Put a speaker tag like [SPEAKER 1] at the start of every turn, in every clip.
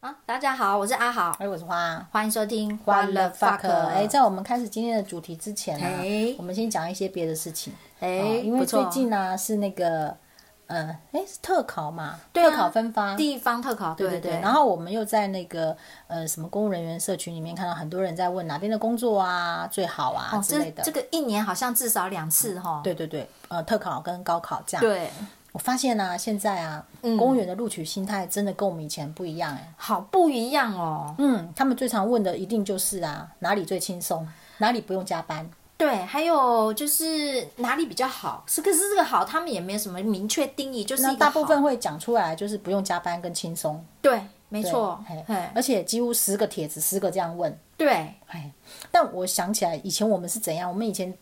[SPEAKER 1] 啊，大家好，我是阿豪，
[SPEAKER 2] 哎，我是花。
[SPEAKER 1] 欢迎收听《
[SPEAKER 2] 花
[SPEAKER 1] 欢乐
[SPEAKER 2] 了
[SPEAKER 1] fuck》。
[SPEAKER 2] 哎，在我们开始今天的主题之前啊
[SPEAKER 1] 哎，
[SPEAKER 2] 我们先讲一些别的事情。
[SPEAKER 1] 哎
[SPEAKER 2] 哦因为
[SPEAKER 1] 不错
[SPEAKER 2] 最近呢是那个，呃，哎是特考嘛，
[SPEAKER 1] 对啊
[SPEAKER 2] 特考分发，
[SPEAKER 1] 地方特考，对
[SPEAKER 2] 对
[SPEAKER 1] 对。
[SPEAKER 2] 然后我们又在那个呃什么公务人员社群里面看到很多人在问哪边的工作啊最好啊
[SPEAKER 1] 哦，
[SPEAKER 2] 之
[SPEAKER 1] 这
[SPEAKER 2] 类的
[SPEAKER 1] 这。个一年好像至少两次哈。
[SPEAKER 2] 对对对，呃，特考跟高考这样。
[SPEAKER 1] 对，嗯
[SPEAKER 2] 我发现呢，现在啊，公务员的录取心态真的跟我们以前不一样哎。
[SPEAKER 1] 好不一样哦。
[SPEAKER 2] 嗯，他们最常问的一定就是啊，哪里最轻松，哪里不用加班。
[SPEAKER 1] 对，还有就是哪里比较好？是可是这个好，他们也没有什么明确定义，就是一
[SPEAKER 2] 那
[SPEAKER 1] 个
[SPEAKER 2] 大部
[SPEAKER 1] 好
[SPEAKER 2] 分会讲出来，就是不用加班跟轻松。
[SPEAKER 1] 对，没
[SPEAKER 2] 对
[SPEAKER 1] 错
[SPEAKER 2] 嘿，
[SPEAKER 1] 哦嘿
[SPEAKER 2] 而且几乎十个帖子十个这样问。
[SPEAKER 1] 对，
[SPEAKER 2] 哎，但我想起来，以前我们是怎样？我们以前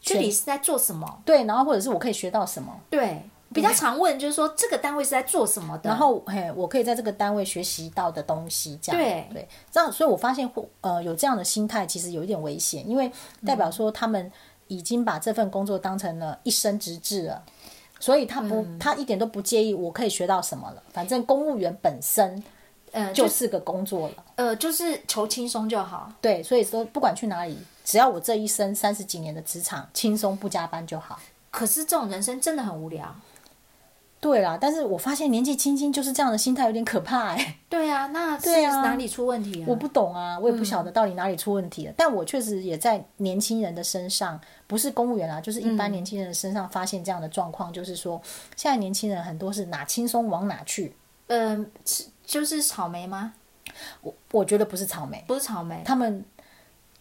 [SPEAKER 1] 具体是在做什么？
[SPEAKER 2] 对，然后或者是我可以学到什么，
[SPEAKER 1] 对，比较常问就是说这个单位是在做什么的，
[SPEAKER 2] 然后嘿，我可以在这个单位学习到的东西，这样
[SPEAKER 1] 对
[SPEAKER 2] 对，这样，所以我发现会呃有这样的心态，其实有一点危险，因为代表说他们已经把这份工作当成了一生职志了。所以他
[SPEAKER 1] 嗯
[SPEAKER 2] 不，他一点都不介意我可以学到什么了。反正公务员本身
[SPEAKER 1] 呃，就
[SPEAKER 2] 就是个工作了，
[SPEAKER 1] 呃就是求轻松就好。
[SPEAKER 2] 对，所以说不管去哪里，只要我这一生三十几年的职场轻松不加班就好。
[SPEAKER 1] 可是这种人生真的很无聊。
[SPEAKER 2] 对啦，但是我发现年纪轻轻就是这样的心态，有点可怕哎、
[SPEAKER 1] 对啊，那是
[SPEAKER 2] 对啊
[SPEAKER 1] 哪里出问题啊？
[SPEAKER 2] 我不懂啊，我也不晓得到底哪里出问题了。但我确实也在年轻人的身上，不是公务员啊，就是一般年轻人的身上发现这样的状况，就是说现在年轻人很多是哪轻松往哪去。
[SPEAKER 1] 嗯、是就是草莓吗？
[SPEAKER 2] 我我觉得不是草莓，
[SPEAKER 1] 不是草莓，
[SPEAKER 2] 他们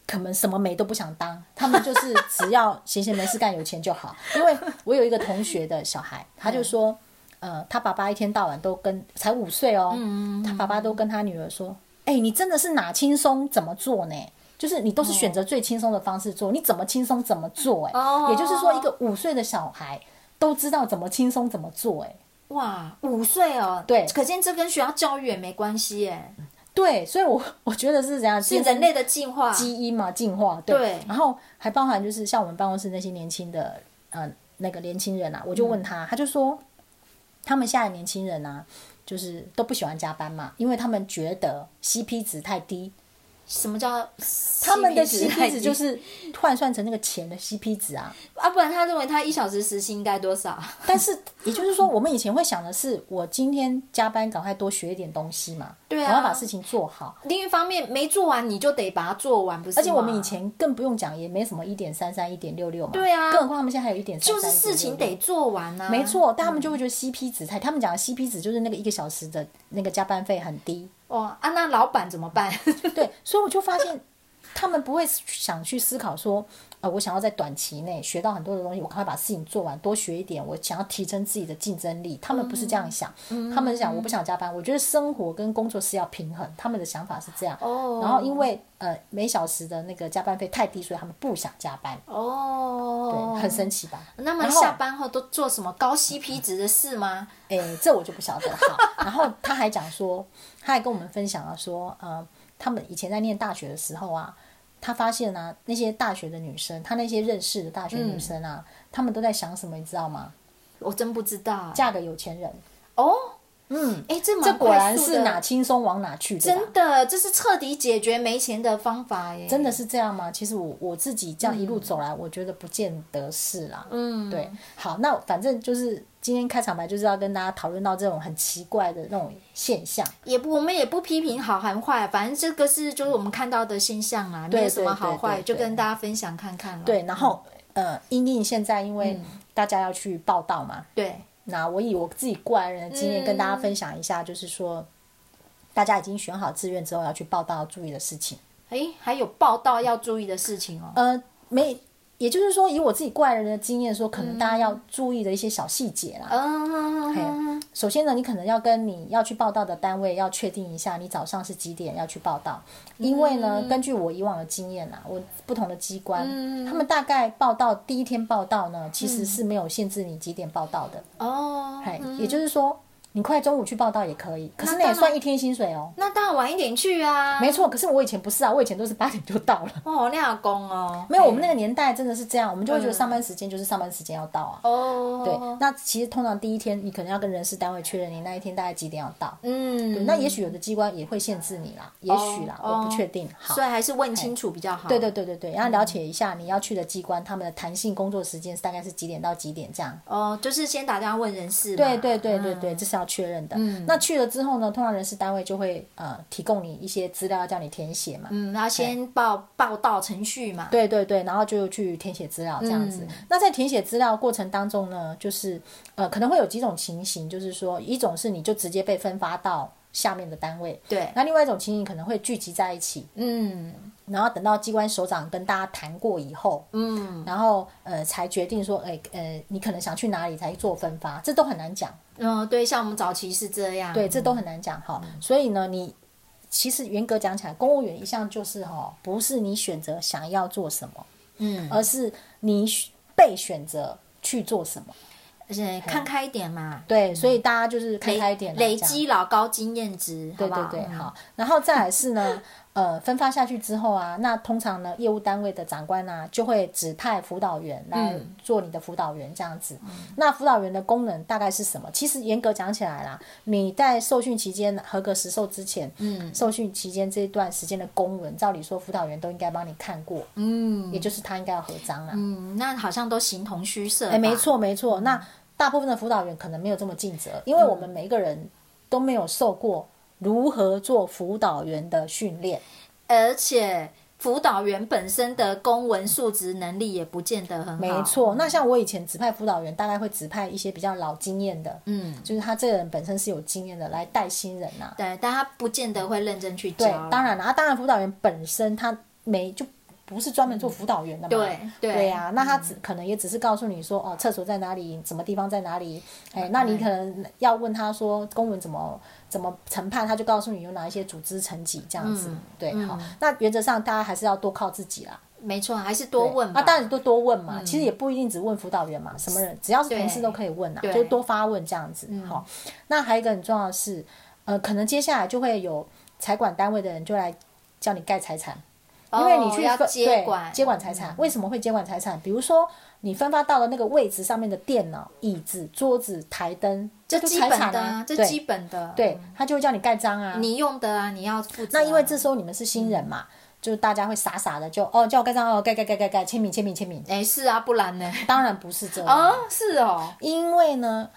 [SPEAKER 2] 可能什么媒都不想当，他们就是只要闲闲没事干，有钱就好。因为我有一个同学的小孩，他就说，呃，他爸爸一天到晚都跟才五岁哦，他爸爸都跟他女儿说，哎、你真的是哪轻松怎么做呢？就是你都是选择最轻松的方式做，你怎么轻松怎么做、哎、
[SPEAKER 1] 哦
[SPEAKER 2] 也就是说，一个五岁的小孩都知道怎么轻松怎么做、哎，
[SPEAKER 1] 哇，五岁哦，
[SPEAKER 2] 对嗯
[SPEAKER 1] 可见这跟学校教育也没关系耶，
[SPEAKER 2] 对，所以我 我觉得是怎样，
[SPEAKER 1] 是人类的进化。
[SPEAKER 2] 基因嘛，进化对
[SPEAKER 1] 对
[SPEAKER 2] 然后还包含就是像我们办公室那些年轻的呃那个年轻人啊，我就问
[SPEAKER 1] 嗯
[SPEAKER 2] 他，他就说他们现在年轻人啊，就是都不喜欢加班嘛，因为他们觉得 CP 值太低，
[SPEAKER 1] 什么叫
[SPEAKER 2] 他
[SPEAKER 1] 他
[SPEAKER 2] 们的
[SPEAKER 1] CP
[SPEAKER 2] CP 值就是换算成那个钱的 CP 值啊。
[SPEAKER 1] 啊，不然他认为他一小时时薪应该多少？
[SPEAKER 2] 但是也就是说，我们以前会想的是，我今天加班赶快多学一点东西嘛，
[SPEAKER 1] 对啊
[SPEAKER 2] 我要把事情做好。
[SPEAKER 1] 另一方面，没做完你就得把它做完，不是吗？
[SPEAKER 2] 而且我们以前更不用讲，也没什么一点三三、一点六六嘛。
[SPEAKER 1] 对啊
[SPEAKER 2] 更何况他们现在还有一点三
[SPEAKER 1] 就
[SPEAKER 2] 三。
[SPEAKER 1] 是事情得做完啊，
[SPEAKER 2] 没。错，但他们就会觉得 CP 值太，他们讲的 CP 值就是那个一个小时的那个加班费很低。
[SPEAKER 1] 哇啊，那老板怎么办？
[SPEAKER 2] 对，所以我就发现他们不会想去思考说，呃，我想要在短期内学到很多的东西，我赶快把事情做完，多学一点，我想要提升自己的竞争力。他们不是
[SPEAKER 1] 嗯
[SPEAKER 2] 这样想，他们是想我不想加班，我觉得生活跟工作是要平衡，他们的想法是这样。
[SPEAKER 1] 哦
[SPEAKER 2] 然后因为呃每小时的那个加班费太低，所以他们不想加班，
[SPEAKER 1] 哦，
[SPEAKER 2] 对，很神奇吧？
[SPEAKER 1] 那么
[SPEAKER 2] 然后
[SPEAKER 1] 下班后都做什么高 CP 值的事吗？
[SPEAKER 2] 哎、这我就不晓得了。好，然后他还讲说，他还跟我们分享了说，呃，他们以前在念大学的时候啊，他发现啊，那些大学的女生，他那些认识的大学
[SPEAKER 1] 嗯
[SPEAKER 2] 女生啊，她们都在想什么，你知道吗？
[SPEAKER 1] 我真不知道。
[SPEAKER 2] 嫁个有钱人，
[SPEAKER 1] 哦，嗯，哎，这
[SPEAKER 2] 这
[SPEAKER 1] 蛮
[SPEAKER 2] 果然
[SPEAKER 1] 快速的
[SPEAKER 2] 是哪轻松往哪去，对吧
[SPEAKER 1] 真的，这是彻底解决没钱的方法耶！
[SPEAKER 2] 真的是这样吗？其实我我自己这样
[SPEAKER 1] 嗯
[SPEAKER 2] 一路走来，我觉得不见得是啦。嗯，对。好，那反正就是今天开场白就是要跟大家讨论到这种很奇怪的那种现象。
[SPEAKER 1] 也不，我们也不批评好还坏，反正这个是就是我们看到的现象啊，
[SPEAKER 2] 对
[SPEAKER 1] 没有什么好坏，
[SPEAKER 2] 对对对
[SPEAKER 1] 就跟大家分享看看了。
[SPEAKER 2] 对，然后呃，因应现在因为大家要去报道嘛，
[SPEAKER 1] 嗯对
[SPEAKER 2] 那我以我自己过来人的经验跟大家分享一
[SPEAKER 1] 嗯
[SPEAKER 2] 下，就是说。大家已经选好志愿之后要去报道要注意的事情，
[SPEAKER 1] 哎，还有报道要注意的事情哦。
[SPEAKER 2] 呃，没，也就是说以我自己过来人的经验说，可能大家要注意的一些小细节啦。
[SPEAKER 1] 嗯，
[SPEAKER 2] 首先呢，你可能要跟你要去报道的单位要确定一下，你早上是几点要去报道，
[SPEAKER 1] 嗯
[SPEAKER 2] 因为呢，根据我以往的经验啊，我不同的机关，
[SPEAKER 1] 嗯
[SPEAKER 2] 他们大概报道第一天报道呢，其实是没有限制你几点报道的，
[SPEAKER 1] 哦，
[SPEAKER 2] 哎，也就是说，你你快中午去报道也可以，可是
[SPEAKER 1] 那
[SPEAKER 2] 那也
[SPEAKER 1] 当然
[SPEAKER 2] 算一天薪水哦。
[SPEAKER 1] 那当然晚一点去啊。
[SPEAKER 2] 没错，可是我以前不是啊，我以前都是八点就到 了。
[SPEAKER 1] 哦，那阿公哦，
[SPEAKER 2] 没有，我们那
[SPEAKER 1] 个
[SPEAKER 2] 个年代真的是这样，我们就会觉得上班时间就是上班时间要到啊。
[SPEAKER 1] 嗯哦，
[SPEAKER 2] 对，那其实通常第一天你可能要跟人事单位确认你那一天大概几点要到。
[SPEAKER 1] 嗯，
[SPEAKER 2] 那也许有的机关也会限制你啦，也许啦，
[SPEAKER 1] 哦
[SPEAKER 2] 我不确定。好
[SPEAKER 1] 所，以还是问清楚比较好。
[SPEAKER 2] 对对对对对，要了解一下你要去的机关他们的弹性工作时间大概是几点到几点这样。
[SPEAKER 1] 哦，就是先打电话问人事嘛。
[SPEAKER 2] 对对对对
[SPEAKER 1] 嗯
[SPEAKER 2] 对，这是要确认的。那去了之后呢，通常人事单位就会呃提供你一些资料，要叫你填写嘛。
[SPEAKER 1] 嗯，然后先报报到程序嘛。
[SPEAKER 2] 对对对，然后就去填写资料这样子。
[SPEAKER 1] 嗯
[SPEAKER 2] 那在填写资料过程当中呢，就是呃可能会有几种情形，就是说一种是你就直接被分发到下面的单位，
[SPEAKER 1] 对，
[SPEAKER 2] 那另外一种情形可能会聚集在一起，
[SPEAKER 1] 嗯
[SPEAKER 2] 然后等到机关首长跟大家谈过以后，
[SPEAKER 1] 嗯
[SPEAKER 2] 然后呃才决定说，哎呃你可能想去哪里才做分发，这都很难讲，
[SPEAKER 1] 嗯，对，像我们早期是这样。
[SPEAKER 2] 对，这都很难讲哈。
[SPEAKER 1] 嗯
[SPEAKER 2] 所以呢，你其实严格讲起来，公务员一向就是哈，不是你选择想要做什么，
[SPEAKER 1] 嗯，
[SPEAKER 2] 而是你选被选择去做什么。
[SPEAKER 1] 而且看开一点嘛，
[SPEAKER 2] 对，所以大家就是看
[SPEAKER 1] 累
[SPEAKER 2] 开一点啦，
[SPEAKER 1] 累
[SPEAKER 2] 这样
[SPEAKER 1] 积老高经验值，
[SPEAKER 2] 对
[SPEAKER 1] 好不
[SPEAKER 2] 对
[SPEAKER 1] 好
[SPEAKER 2] 对，
[SPEAKER 1] 嗯
[SPEAKER 2] 好，然后再来是呢， 呃，分发下去之后啊，那通常呢，业务单位的长官啊，就会指派辅导员来
[SPEAKER 1] 嗯
[SPEAKER 2] 做你的辅导员这样子。那辅导员的功能大概是什么？其实严格讲起来啦，你在受训期间合格实受之前，
[SPEAKER 1] 嗯
[SPEAKER 2] 受训期间这一段时间的公文，照理说辅导员都应该帮你看过，
[SPEAKER 1] 嗯
[SPEAKER 2] 也就是他应该要合章啊啦。
[SPEAKER 1] 嗯，那好像都形同虚设。
[SPEAKER 2] 哎、没，错没错，那大部分的辅导员可能没有这么尽责，因为我们每一个人都没有受过如何做辅导员的训练。
[SPEAKER 1] 嗯而且辅导员本身的公文素质能力也不见得很好。
[SPEAKER 2] 没，错，那像我以前指派辅导员，大概会指派一些比较老经验的，
[SPEAKER 1] 嗯，
[SPEAKER 2] 就是他这个人本身是有经验的来带新人呐、啊
[SPEAKER 1] 对，但他不见得会认真去教
[SPEAKER 2] 对
[SPEAKER 1] 啦。，
[SPEAKER 2] 当然啦，啊当然辅导员本身他没就不是专门做辅导员的嘛。
[SPEAKER 1] 对对嗯
[SPEAKER 2] 对呀、那他只可能也只是告诉你说，哦，厕所在哪里，什么地方在哪里，哎，那你可能要问他说公文怎么怎么承判，他就告诉你有哪一些组织层级这样子。
[SPEAKER 1] 嗯
[SPEAKER 2] 对，
[SPEAKER 1] 嗯
[SPEAKER 2] 好，那原则上大家还是要多靠自己啦。
[SPEAKER 1] 没错，还是多
[SPEAKER 2] 对
[SPEAKER 1] 问吧。嗯
[SPEAKER 2] 啊，当然多多问嘛。其实也不一定只问辅导员嘛，什么人只要是同事
[SPEAKER 1] 对
[SPEAKER 2] 都可以问啊，
[SPEAKER 1] 对嗯
[SPEAKER 2] 就多发问这样子。好，那还有一个很重要的是，呃，可能接下来就会有财管单位的人就来叫你盖财产。因为你
[SPEAKER 1] 哦
[SPEAKER 2] 去
[SPEAKER 1] 要
[SPEAKER 2] 分
[SPEAKER 1] 接
[SPEAKER 2] 对
[SPEAKER 1] 管嗯
[SPEAKER 2] 接管财产，为什么会接管财产？比如说你分发到了那个位置上面的电脑、椅子、桌子、台灯，
[SPEAKER 1] 这
[SPEAKER 2] 就
[SPEAKER 1] 基
[SPEAKER 2] 财
[SPEAKER 1] 本
[SPEAKER 2] 产
[SPEAKER 1] 的啊，这基
[SPEAKER 2] 对
[SPEAKER 1] 本的，
[SPEAKER 2] 对，他就会叫你盖章啊。
[SPEAKER 1] 你嗯用的啊，你要负责啊。
[SPEAKER 2] 那因为这时候你们是新人嘛，就大家会傻傻的就哦叫我盖章哦盖盖盖盖盖签名签名签名，
[SPEAKER 1] 哎是啊，不然呢？
[SPEAKER 2] 当然不是这样。
[SPEAKER 1] 哦，是哦，
[SPEAKER 2] 因为呢，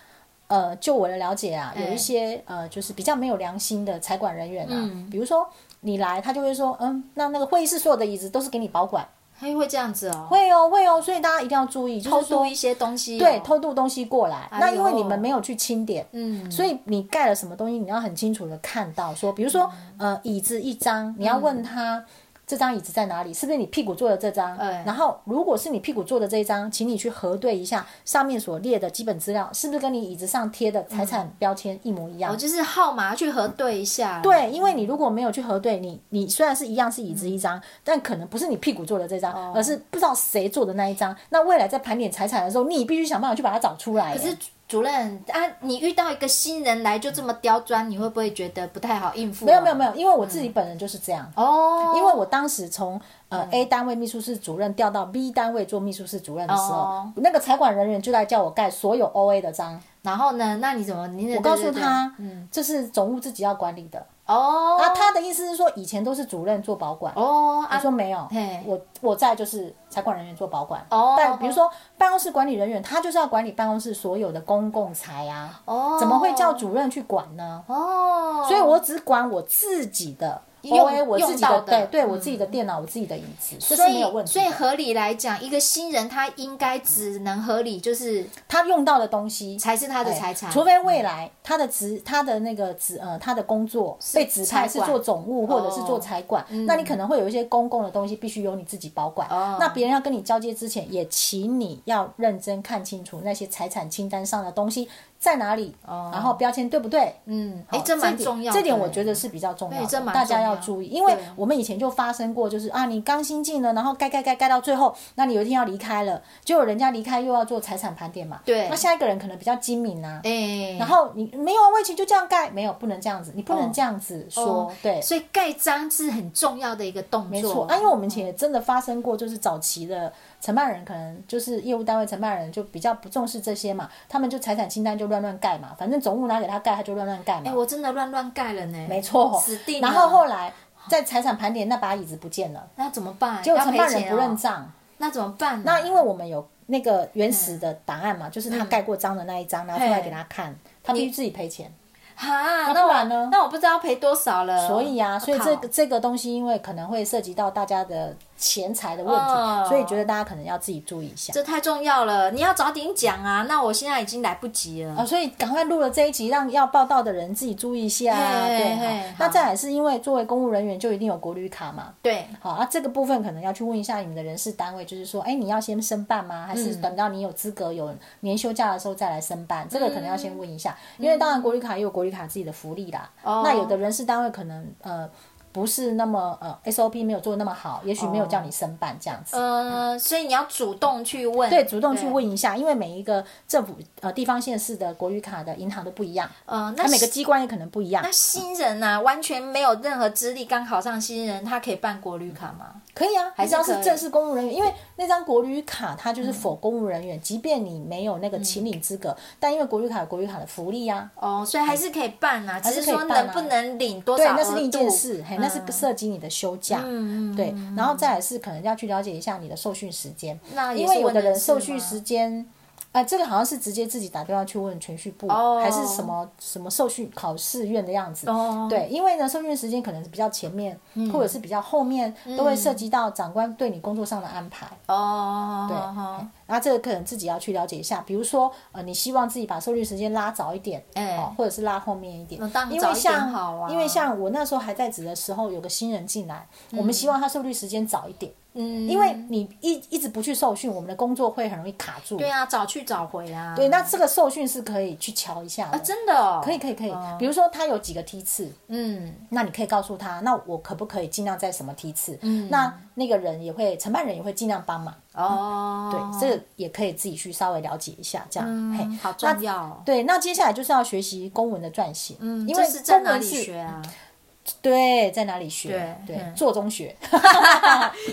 [SPEAKER 2] 呃，就我的了解啊，
[SPEAKER 1] 哎
[SPEAKER 2] 有一些呃，就是比较没有良心的财管人员啊，
[SPEAKER 1] 嗯
[SPEAKER 2] 比如说你来，他就会说，嗯，那那个会议室所有的椅子都是给你保管，
[SPEAKER 1] 还会这样子哦，
[SPEAKER 2] 会哦，会哦，所以大家一定要注意，就
[SPEAKER 1] 偷
[SPEAKER 2] 是
[SPEAKER 1] 渡
[SPEAKER 2] 说，
[SPEAKER 1] 一些东西哦，
[SPEAKER 2] 对，偷渡东西过来，
[SPEAKER 1] 哎呦
[SPEAKER 2] 那因为你们没有去清点。
[SPEAKER 1] 嗯，
[SPEAKER 2] 所以你盖了什么东西，你要很清楚的看到，说，比如说，呃，椅子一张，你要问他、这张椅子在哪里，是不是你屁股坐的这张？
[SPEAKER 1] 哎
[SPEAKER 2] 然后，如果是你屁股坐的这一张，请你去核对一下上面所列的基本资料，是不是跟你椅子上贴的财产标签一模一
[SPEAKER 1] 嗯
[SPEAKER 2] 样？
[SPEAKER 1] 我就是号码去核对一下，，
[SPEAKER 2] 哦对，因为你如果没有去核对，你你虽然是一样是椅子一张，但可能不是你屁股坐的这张，
[SPEAKER 1] 哦
[SPEAKER 2] 而是不知道谁坐的那一张。那未来在盘点财产的时候，你必须想办法去把它找出来。
[SPEAKER 1] 可是。主任啊，你遇到一个新人来就这么刁钻，你会不会觉得不太好应付啊？
[SPEAKER 2] 没有没有没有，因为我自己本人就是这样。
[SPEAKER 1] 哦，嗯
[SPEAKER 2] 因为我当时从呃 A 单位秘书室主任调到 B 单位做秘书室主任的时候，
[SPEAKER 1] 哦
[SPEAKER 2] 那个财管人员就来叫我盖所有 OA 的章。
[SPEAKER 1] 然后呢？那你怎么？你
[SPEAKER 2] 我告诉他，
[SPEAKER 1] 对对对嗯，
[SPEAKER 2] 这是总务自己要管理的。
[SPEAKER 1] 哦，
[SPEAKER 2] 那、他的意思是说，以前都是主任做保管。
[SPEAKER 1] 哦
[SPEAKER 2] 我
[SPEAKER 1] 啊，
[SPEAKER 2] 说没有
[SPEAKER 1] 嘿，
[SPEAKER 2] 我我在就是财管人员做保管。
[SPEAKER 1] 哦
[SPEAKER 2] 但比如说办公室管理人员，他就是要管理办公室所有的公共财啊，
[SPEAKER 1] 哦，
[SPEAKER 2] 怎么会叫主任去管呢？
[SPEAKER 1] 哦？
[SPEAKER 2] 所以我只管我自己的
[SPEAKER 1] 用
[SPEAKER 2] OA，我自
[SPEAKER 1] 用
[SPEAKER 2] 己
[SPEAKER 1] 到
[SPEAKER 2] 的
[SPEAKER 1] 的嗯
[SPEAKER 2] 对对，我自己的电脑，我自己的椅子，这
[SPEAKER 1] 所
[SPEAKER 2] 是
[SPEAKER 1] 以
[SPEAKER 2] 没有问题的。
[SPEAKER 1] 所以合理来讲，一个新人他应该只能合理，就是
[SPEAKER 2] 他用到的东西
[SPEAKER 1] 才是他的
[SPEAKER 2] 哎
[SPEAKER 1] 财产。
[SPEAKER 2] 除非未来他的职、他的那个职呃他的工作被指派
[SPEAKER 1] 财
[SPEAKER 2] 是
[SPEAKER 1] 管哦嗯
[SPEAKER 2] 做总务或者是做财管，那你可能会有一些公共的东西必须由你自己保管。
[SPEAKER 1] 哦
[SPEAKER 2] 那别人要跟你交接之前，也请你要认真看清楚那些财产清单上的东西在哪里，
[SPEAKER 1] 哦
[SPEAKER 2] 然后标签对不对？
[SPEAKER 1] 嗯，
[SPEAKER 2] 好
[SPEAKER 1] 哎，这蛮
[SPEAKER 2] 点
[SPEAKER 1] 重要的
[SPEAKER 2] 哦
[SPEAKER 1] 欸
[SPEAKER 2] 这点我觉得是比较重要
[SPEAKER 1] 对这
[SPEAKER 2] 的，
[SPEAKER 1] 蛮
[SPEAKER 2] 大家
[SPEAKER 1] 重
[SPEAKER 2] 要
[SPEAKER 1] 要
[SPEAKER 2] 注意，因为
[SPEAKER 1] 对
[SPEAKER 2] 我们以前就发生过，就是啊，你刚新进了，然后盖盖盖盖到最后，那你有一天要离开了，结果人家离开又要做财产盘点嘛，
[SPEAKER 1] 对
[SPEAKER 2] 那下一个人可能比较精明啊，
[SPEAKER 1] 哎，
[SPEAKER 2] 然后你没有啊，我以前就这样盖，没有，不能这样子，你不能
[SPEAKER 1] 哦
[SPEAKER 2] 这样子说，
[SPEAKER 1] 哦
[SPEAKER 2] 对。
[SPEAKER 1] 所以盖章是很重要的一个动作，
[SPEAKER 2] 没错啊，因为我们以前也真的发生过，就是早期的承办人可能就是业务单位承办人就比较不重视这些嘛，他们就财产清单就乱乱盖嘛，反正总务拿给他盖，他就乱乱盖嘛。
[SPEAKER 1] 哎，我真的乱乱盖了呢，
[SPEAKER 2] 没错，
[SPEAKER 1] 死定了。
[SPEAKER 2] 然后后来在财产盘点那把椅子不见了，
[SPEAKER 1] 那怎么办？
[SPEAKER 2] 结果
[SPEAKER 1] 要
[SPEAKER 2] 承
[SPEAKER 1] 赔
[SPEAKER 2] 办人
[SPEAKER 1] 钱
[SPEAKER 2] 不认
[SPEAKER 1] 哦，
[SPEAKER 2] 账。
[SPEAKER 1] 那怎么办呢？
[SPEAKER 2] 那因为我们有那个原始的档案
[SPEAKER 1] 嗯
[SPEAKER 2] 嘛，就是他盖过章的那一张拿出来给他看，他必须自己赔钱。
[SPEAKER 1] 哈，
[SPEAKER 2] 那
[SPEAKER 1] 那
[SPEAKER 2] 不
[SPEAKER 1] 我
[SPEAKER 2] 然呢
[SPEAKER 1] 那我不知道赔多少了。
[SPEAKER 2] 所以啊，
[SPEAKER 1] 我
[SPEAKER 2] 所以这个
[SPEAKER 1] 靠
[SPEAKER 2] 这个东西，因为可能会涉及到大家的钱财的问
[SPEAKER 1] 哦
[SPEAKER 2] 题，所以觉得大家可能要自己注意一下。
[SPEAKER 1] 这太重要了，你要早点讲啊。那我现在已经来不及了。
[SPEAKER 2] 啊、所以赶快录了这一集，让要报道的人自己注意一下啊。
[SPEAKER 1] 嘿
[SPEAKER 2] 对，
[SPEAKER 1] 嘿
[SPEAKER 2] 好那
[SPEAKER 1] 好
[SPEAKER 2] 再来是因为作为公务人员就一定有国旅卡嘛。
[SPEAKER 1] 对，
[SPEAKER 2] 好，啊那这个部分可能要去问一下你们的人事单位，就是说，哎，你要先申办吗？还
[SPEAKER 1] 嗯
[SPEAKER 2] 是等到你有资格有年休假的时候再来申办？这个可能要
[SPEAKER 1] 嗯
[SPEAKER 2] 先问一下，因为当然国旅卡也有国旅卡自己的福利啦。
[SPEAKER 1] 哦
[SPEAKER 2] 那有的人事单位可能呃不是那么呃 SOP 没有做得那么好，也许没有叫你
[SPEAKER 1] 哦
[SPEAKER 2] 申办这样子。
[SPEAKER 1] 呃，所以你要主动去问，
[SPEAKER 2] 对，主动去。问一下，因为每一个政府呃地方县市的国旅卡的银行都不一样，
[SPEAKER 1] 呃，那
[SPEAKER 2] 它每个机关也可能不一样
[SPEAKER 1] 那。新人呐、啊，完全没有任何资历，刚考上新人，他可以办国旅卡吗？
[SPEAKER 2] 可以啊，
[SPEAKER 1] 还
[SPEAKER 2] 还
[SPEAKER 1] 是
[SPEAKER 2] 是要是
[SPEAKER 1] 可以嗯
[SPEAKER 2] 正式公务人员，因为那张国旅卡它就是否公务人员，即便你没有那个请领资格，但因为国旅卡有国旅卡的福利啊，
[SPEAKER 1] 哦，所以还是可以办啊，只
[SPEAKER 2] 是
[SPEAKER 1] 是
[SPEAKER 2] 可以
[SPEAKER 1] 说
[SPEAKER 2] 办啊
[SPEAKER 1] 能不能领多
[SPEAKER 2] 对，
[SPEAKER 1] 少
[SPEAKER 2] 那是另一件
[SPEAKER 1] 额度嗯
[SPEAKER 2] 事，嘿，那是不涉及你的休假，
[SPEAKER 1] 嗯嗯
[SPEAKER 2] 对，然后再来是可能要去了解一下你的受训时间，
[SPEAKER 1] 那也
[SPEAKER 2] 因
[SPEAKER 1] 是
[SPEAKER 2] 为有
[SPEAKER 1] 问
[SPEAKER 2] 的人
[SPEAKER 1] 人事
[SPEAKER 2] 受训
[SPEAKER 1] 吗
[SPEAKER 2] 时间。啊，这个好像是直接自己打电话去问全序部，
[SPEAKER 1] 哦
[SPEAKER 2] 还是什么什么受训考试院的样子。
[SPEAKER 1] 哦嗯
[SPEAKER 2] 对，因为呢，受训时间可能是比较前面，或者是比较后面，都会涉及到长官对你工作上的安排。
[SPEAKER 1] 哦，
[SPEAKER 2] 对，
[SPEAKER 1] 哦
[SPEAKER 2] 哎然后这个可能自己要去了解一下，比如说，呃，你希望自己把受训时间拉早一点，
[SPEAKER 1] 哎
[SPEAKER 2] 哦，或者是拉后面一点
[SPEAKER 1] 那当，然
[SPEAKER 2] 因
[SPEAKER 1] 早
[SPEAKER 2] 为
[SPEAKER 1] 一点
[SPEAKER 2] 像
[SPEAKER 1] 好啊
[SPEAKER 2] 因为像我那时候还在职的时候，有个新人进来，我们希望他受训时间早一点，
[SPEAKER 1] 嗯，
[SPEAKER 2] 因为你一一直不去受训，我们的工作会很容易卡住。
[SPEAKER 1] 对啊，早去早回啊。
[SPEAKER 2] 对，那这个受训是可以去瞧一下
[SPEAKER 1] 啊，
[SPEAKER 2] 的，
[SPEAKER 1] 真的、哦、
[SPEAKER 2] 可以可以可以
[SPEAKER 1] 哦，
[SPEAKER 2] 比如说他有几个梯次，
[SPEAKER 1] 嗯。
[SPEAKER 2] 那你可以告诉他，那我可不可以尽量在什么梯次？嗯，那那个人也会，承办人也会尽量帮忙。
[SPEAKER 1] 哦，
[SPEAKER 2] 嗯对，这个也可以自己去稍微了解一下，这样。嘿
[SPEAKER 1] 嗯，好
[SPEAKER 2] 那
[SPEAKER 1] 重要哦。
[SPEAKER 2] 对，那接下来就是要学习公文的撰写，嗯因
[SPEAKER 1] 这
[SPEAKER 2] 为
[SPEAKER 1] 是在
[SPEAKER 2] 公
[SPEAKER 1] 哪
[SPEAKER 2] 文
[SPEAKER 1] 里
[SPEAKER 2] 是
[SPEAKER 1] 学 啊？
[SPEAKER 2] 对，在哪里学？
[SPEAKER 1] 对嗯
[SPEAKER 2] 做中 学。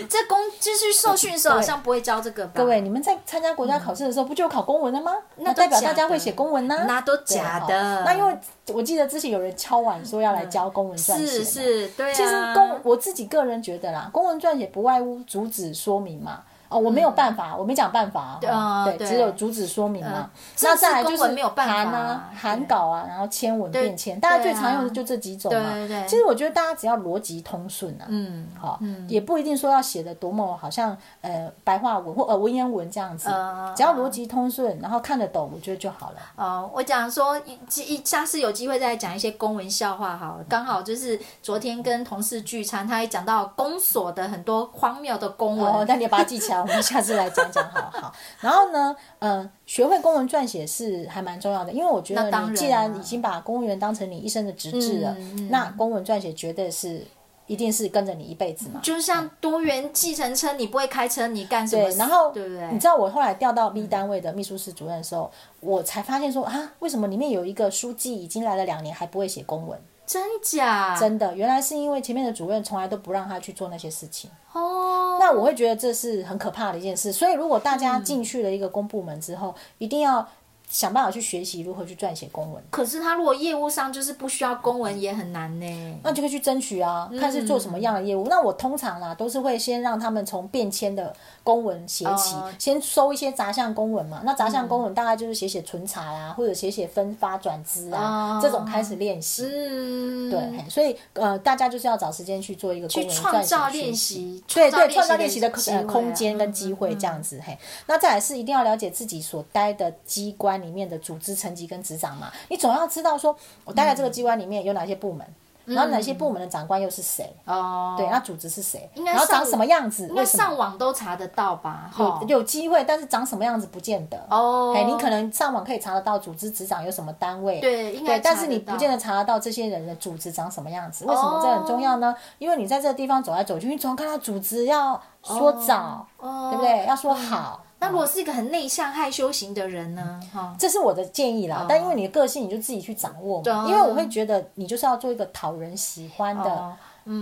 [SPEAKER 1] 这公就是受训的时候好像不会教这个吧？
[SPEAKER 2] 各位，你们在参加国家考试的时候，不就有考公文了吗？
[SPEAKER 1] 那都
[SPEAKER 2] 代表
[SPEAKER 1] 假
[SPEAKER 2] 大家会
[SPEAKER 1] 的
[SPEAKER 2] 写公文呐，
[SPEAKER 1] 那都
[SPEAKER 2] 对
[SPEAKER 1] 假
[SPEAKER 2] 好
[SPEAKER 1] 的。嗯
[SPEAKER 2] 那因为我记得之前有人敲碗说要来教公文撰写嘛，
[SPEAKER 1] 是是，对啊。
[SPEAKER 2] 其实公我自己个人觉得啦，公文撰写不外乎主旨说明嘛。哦，我没有办法，我没讲办法啊，
[SPEAKER 1] 呃
[SPEAKER 2] 对，
[SPEAKER 1] 嗯对
[SPEAKER 2] 只有主旨说明嘛
[SPEAKER 1] 呃。
[SPEAKER 2] 那再来
[SPEAKER 1] 正式公
[SPEAKER 2] 就是
[SPEAKER 1] 文没有办法啊
[SPEAKER 2] 函啊、
[SPEAKER 1] 对
[SPEAKER 2] 函稿啊，然后签文
[SPEAKER 1] 对
[SPEAKER 2] 便签，大家
[SPEAKER 1] 对
[SPEAKER 2] 最
[SPEAKER 1] 啊
[SPEAKER 2] 常用的就这几种嘛。
[SPEAKER 1] 对对对
[SPEAKER 2] 其实我觉得大家只要逻辑通顺啊，
[SPEAKER 1] 嗯
[SPEAKER 2] 好，也不一定说要写的多么好像呃白话文或呃文言文这样子
[SPEAKER 1] 呃，
[SPEAKER 2] 只要逻辑通顺，然后看得懂，我觉得就好了。
[SPEAKER 1] 哦，我讲说一一下次有机会再讲一些公文笑话好了。刚好就是昨天跟同事聚餐，他也讲到公所的很多荒谬的公文。
[SPEAKER 2] 哦，那你把它记起来，我们下次来讲讲， 好好。然后呢，呃，学会公文撰写是还蛮重要的，因为我觉
[SPEAKER 1] 那
[SPEAKER 2] 得
[SPEAKER 1] 当然啊
[SPEAKER 2] 你既然已经把公务员当成你一生的职志了，
[SPEAKER 1] 嗯
[SPEAKER 2] 那公文撰写绝对是一定是跟着你一辈子嘛。
[SPEAKER 1] 就像多元计程车，你不会开车，你干什么
[SPEAKER 2] 对，
[SPEAKER 1] 事？
[SPEAKER 2] 然后
[SPEAKER 1] 对不嗯对？
[SPEAKER 2] 你知道我后来调到 B 单位的秘书室主任的时候，我才发现说啊，为什么里面有一个书记已经来了两年还不会写公文？
[SPEAKER 1] 真假？
[SPEAKER 2] 真的，原来是因为前面的主任从来都不让他去做那些事情。
[SPEAKER 1] 哦，
[SPEAKER 2] 那我会觉得这是很可怕的一件事。所以，如果大家进去了一个公部门之后，一定要想办法去学习如何去撰写公文，
[SPEAKER 1] 可是他如果业务上就是不需要公文也很难呢。
[SPEAKER 2] 那就可以去争取啊，
[SPEAKER 1] 嗯
[SPEAKER 2] 看是做什么样的业务。那我通常啦，都是会先让他们从便签的公文写起，
[SPEAKER 1] 哦嗯
[SPEAKER 2] 先收一些杂项公文嘛。那杂项公文大概就是写写存查啦，或者写写分发转资啊、
[SPEAKER 1] 哦
[SPEAKER 2] 这种开始练习。
[SPEAKER 1] 嗯，
[SPEAKER 2] 对，嘿所以呃，大家就是要找时间去做一个公
[SPEAKER 1] 去
[SPEAKER 2] 文
[SPEAKER 1] 创
[SPEAKER 2] 撰
[SPEAKER 1] 造
[SPEAKER 2] 写
[SPEAKER 1] 练
[SPEAKER 2] 学
[SPEAKER 1] 习，
[SPEAKER 2] 对对，创造练习的
[SPEAKER 1] 机会啊
[SPEAKER 2] 空
[SPEAKER 1] 嗯
[SPEAKER 2] 呃空间跟机会这样子嘿。那再来是一定要了解自己所待的机
[SPEAKER 1] 嗯
[SPEAKER 2] 关里面的组织层级跟职掌嘛，你总要知道说我待在这个机关里面有哪些部门。然后哪些部门的长官又是谁，
[SPEAKER 1] 哦，
[SPEAKER 2] 对，那组织是谁，
[SPEAKER 1] 应该
[SPEAKER 2] 然后
[SPEAKER 1] 上
[SPEAKER 2] 长什么样子，
[SPEAKER 1] 应
[SPEAKER 2] 为
[SPEAKER 1] 该
[SPEAKER 2] 什么
[SPEAKER 1] 上网都查得到吧？
[SPEAKER 2] 有有机会，但是长什么样子不见得。
[SPEAKER 1] 哦，
[SPEAKER 2] 哎，你可能上网可以查得到组织职长有什么单位，
[SPEAKER 1] 对应该
[SPEAKER 2] 但
[SPEAKER 1] 查
[SPEAKER 2] 是
[SPEAKER 1] 得
[SPEAKER 2] 你
[SPEAKER 1] 到
[SPEAKER 2] 不见得查得到这些人的组织长什么样子。为什么这很重要
[SPEAKER 1] 哦
[SPEAKER 2] 呢？因为你在这个地方走来走去，你总要看到组织要说早，
[SPEAKER 1] 哦，嗯
[SPEAKER 2] 对不？对？要说好。
[SPEAKER 1] 那如果是一个很内向害羞型的人呢？哈、
[SPEAKER 2] 这是我的建议啦，
[SPEAKER 1] 哦
[SPEAKER 2] 但因为你的个性，你就自己去掌握
[SPEAKER 1] 对啊
[SPEAKER 2] 嘛。因为我会觉得你就是要做一个讨人喜欢的
[SPEAKER 1] 哦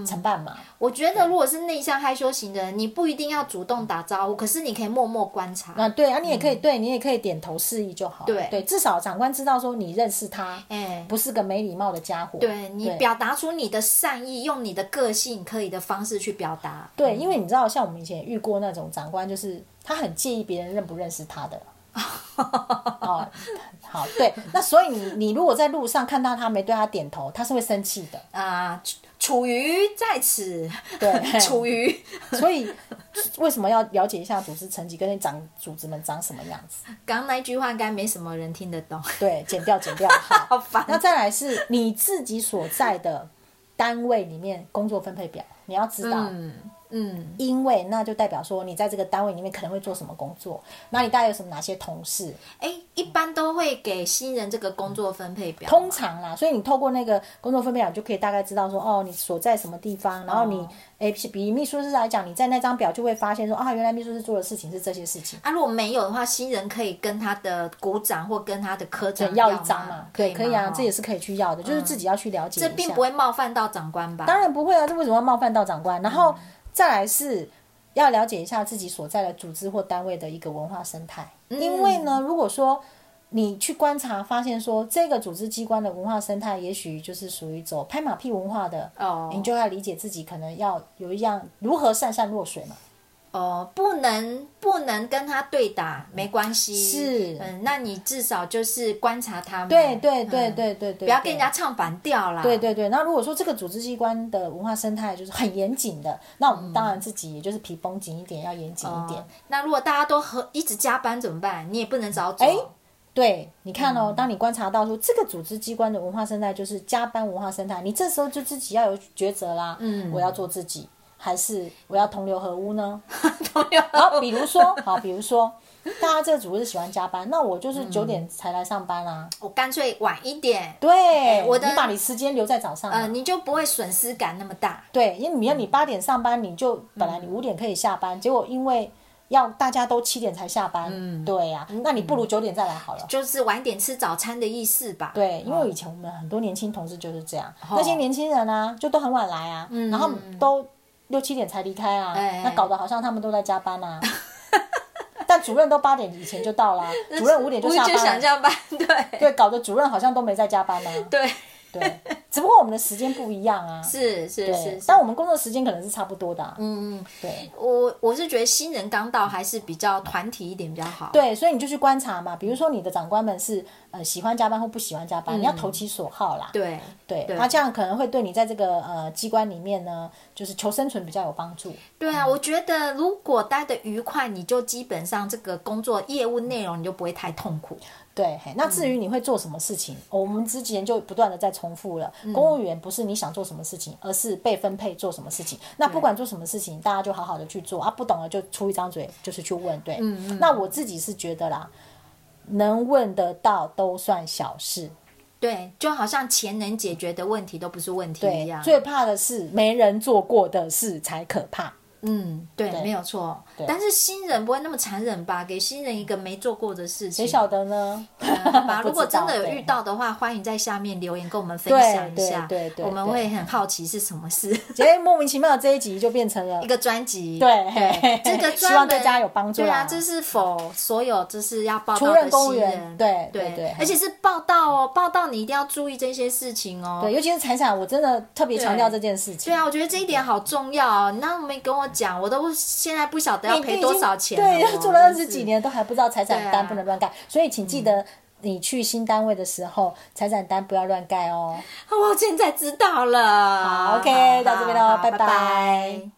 [SPEAKER 2] 承办嘛。
[SPEAKER 1] 我觉得如果是内向害羞型的人，你不一定要主动打招呼，可是你可以默默观察。
[SPEAKER 2] 啊，对啊，你也可以，对你也可以点头示意就好。
[SPEAKER 1] 嗯对
[SPEAKER 2] 对，至少长官知道说你认识他，
[SPEAKER 1] 哎、
[SPEAKER 2] 不是个没礼貌的家伙。
[SPEAKER 1] 对你表达出你的善意，用你的个性可以的方式去表达。
[SPEAKER 2] 对，因为你知道，像我们以前也遇过那种长官，就是他很介意别人认不认识他 的。哦，好，对，那所以你你如果在路上看到他没对他点头，他是会生气的。
[SPEAKER 1] 啊、处处于在此，
[SPEAKER 2] 对
[SPEAKER 1] 处于
[SPEAKER 2] 所以 为什么要了解一下组织层级跟长组织们长什么样子？
[SPEAKER 1] 刚刚那一句话应该没什么人听得懂，
[SPEAKER 2] 对，剪掉，剪掉，好。
[SPEAKER 1] 好烦。
[SPEAKER 2] 那再来是你自己所在的单位里面工作分配表，你要知道，
[SPEAKER 1] 嗯嗯，
[SPEAKER 2] 因为那就代表说你在这个单位里面可能会做什么工作，那你大概有什么哪些同事，
[SPEAKER 1] 哎、一般都会给新人这个工作分配表，
[SPEAKER 2] 通常啦，所以你透过那个工作分配表，你就可以大概知道说，哦，你所在什么地方，然后你
[SPEAKER 1] 哦，
[SPEAKER 2] 诶、比秘书室来讲，你在那张表就会发现说，啊，原来秘书室做的事情是这些事情，
[SPEAKER 1] 啊，如果没有的话，新人可以跟他的股长或跟他的科长
[SPEAKER 2] 对，要一
[SPEAKER 1] 吗
[SPEAKER 2] 张嘛，
[SPEAKER 1] 可
[SPEAKER 2] 对，
[SPEAKER 1] 以
[SPEAKER 2] 可以啊，这也
[SPEAKER 1] 是
[SPEAKER 2] 是可以去要的，就是自己要去了解一
[SPEAKER 1] 这
[SPEAKER 2] 下。
[SPEAKER 1] 并不会冒犯到长官吧？
[SPEAKER 2] 当然不会啊，这为什么要冒犯到长官？然后嗯再来是要了解一下自己所在的组织或单位的一个文化生态，因为呢，如果说你去观察发现说这个组织机关的文化生态，也许就是属于走拍马屁文化的，
[SPEAKER 1] 哦
[SPEAKER 2] 你就要理解自己可能要有一样如何善善若水嘛。
[SPEAKER 1] 哦，不能不能跟他对打，没关系。
[SPEAKER 2] 是
[SPEAKER 1] 嗯，那你至少就是观察他们。
[SPEAKER 2] 对对对
[SPEAKER 1] 嗯
[SPEAKER 2] 对对对，
[SPEAKER 1] 不要跟人家唱反调啦。
[SPEAKER 2] 对对对，那如果说这个组织机关的文化生态就是很严谨的，那我们当然自己也就是皮绷紧一点，要严谨
[SPEAKER 1] 哦
[SPEAKER 2] 一点。
[SPEAKER 1] 那如果大家都和一直加班怎么办？你也不能早走。
[SPEAKER 2] 哎对，你看
[SPEAKER 1] 嗯
[SPEAKER 2] 哦，当你观察到说这个组织机关的文化生态就是加班文化生态，你这时候就自己要有抉择啦。
[SPEAKER 1] 嗯
[SPEAKER 2] 我要做自己，还是我要同流合污呢？
[SPEAKER 1] 都有
[SPEAKER 2] 然后比 如说，好，比如说，大家这个组织喜欢加班，那我就是九
[SPEAKER 1] 嗯
[SPEAKER 2] 点才来上班啊。
[SPEAKER 1] 我干脆晚一点，
[SPEAKER 2] 对，
[SPEAKER 1] 哎我的
[SPEAKER 2] 你把你时间留在早上嘛。啊
[SPEAKER 1] 呃，你就不会损失感那么大。
[SPEAKER 2] 对，因为你要
[SPEAKER 1] 嗯
[SPEAKER 2] 你八点上班，你就本来你五点可以下班，结果因为要大家都七点才下班，
[SPEAKER 1] 嗯
[SPEAKER 2] 对呀、那你不如九点再来好了。
[SPEAKER 1] 就是晚点吃早餐的意思吧。
[SPEAKER 2] 对，因为以前我们很多年轻同事就是这样，那些年轻人啊，就都很晚来啊，然后都六七点才离开啊，
[SPEAKER 1] 嗯哎
[SPEAKER 2] 那搞得好像他们都在加班啊。 但主任都八点以前就 到啦，主任五点就
[SPEAKER 1] 我
[SPEAKER 2] 下
[SPEAKER 1] 就想
[SPEAKER 2] 班了，
[SPEAKER 1] 下班，对
[SPEAKER 2] 对，搞得主任好像都没在加班啊。
[SPEAKER 1] 对，
[SPEAKER 2] 对，只不过我们的时间不一样啊，
[SPEAKER 1] 是是
[SPEAKER 2] 对
[SPEAKER 1] 是，，是
[SPEAKER 2] 但我们工作时间可能是差不多的、啊，
[SPEAKER 1] 嗯，嗯
[SPEAKER 2] 对。
[SPEAKER 1] 我我是觉得新人刚到还是比较团体一点比较好。
[SPEAKER 2] 对，所以你就去观察嘛，比如说你的长官们是呃喜欢加班或不喜欢加班，你要投其所好啦。
[SPEAKER 1] 嗯对
[SPEAKER 2] 对，
[SPEAKER 1] 对
[SPEAKER 2] 那这样可能会对你在这个呃机关里面呢，就是求生存比较有帮助。
[SPEAKER 1] 对啊，我觉得如果待得愉快，你就基本上这个工作业务内容你就不会太痛苦。
[SPEAKER 2] 对，嘿那至于你会做什么事情，
[SPEAKER 1] 嗯
[SPEAKER 2] 我们之前就不断的在重复了。公务员不是你想做什么事情，而是被分配做什么事情。那不管做什么事情，大家就好好的去做啊，不懂了就出一张嘴，就是去问。
[SPEAKER 1] 嗯
[SPEAKER 2] 对，那我自己是觉得啦，能问得到都算小事。
[SPEAKER 1] 对，就好像钱能解决的问题都不是问题一
[SPEAKER 2] 对
[SPEAKER 1] 样，。
[SPEAKER 2] 最怕的是没人做过的事才可怕。
[SPEAKER 1] 嗯，对，没有错。但是新人不会那么残忍吧？给新人一个没做过的事情，
[SPEAKER 2] 谁晓得呢？
[SPEAKER 1] 嗯好吧
[SPEAKER 2] 不知道
[SPEAKER 1] 如果真的有遇到的话，欢迎在下面留言跟我们分享一下，
[SPEAKER 2] 对对对对
[SPEAKER 1] 我们会很好奇是什么事。
[SPEAKER 2] 结果莫名其妙这一集就变成了
[SPEAKER 1] 一个专辑，
[SPEAKER 2] 对
[SPEAKER 1] 这个专门
[SPEAKER 2] 希望对大家有帮助啦
[SPEAKER 1] 对啊，这是否所有就是要报道
[SPEAKER 2] 出
[SPEAKER 1] 的
[SPEAKER 2] 任公务
[SPEAKER 1] 新
[SPEAKER 2] 员
[SPEAKER 1] 人，
[SPEAKER 2] 对
[SPEAKER 1] 对
[SPEAKER 2] 对对
[SPEAKER 1] 而且是报道哦，报道你一定要注意这些事情哦。
[SPEAKER 2] 对，尤其是财产，我真的特别强调这件事情。
[SPEAKER 1] 对啊，我觉得这一点好重要哦。你那没跟我讲，我都现在不晓得要
[SPEAKER 2] 你
[SPEAKER 1] 赔多少钱哦
[SPEAKER 2] 对， 要做了二十几。
[SPEAKER 1] 真是
[SPEAKER 2] 年都还不知道财产
[SPEAKER 1] 对啊嗯
[SPEAKER 2] 单不能乱盖，所以请记得你去新单位的时候，财产单不要乱盖哦。
[SPEAKER 1] 哦我现在知道了。
[SPEAKER 2] 好，OK，到这边
[SPEAKER 1] 好
[SPEAKER 2] 喽，拜
[SPEAKER 1] 拜
[SPEAKER 2] 拜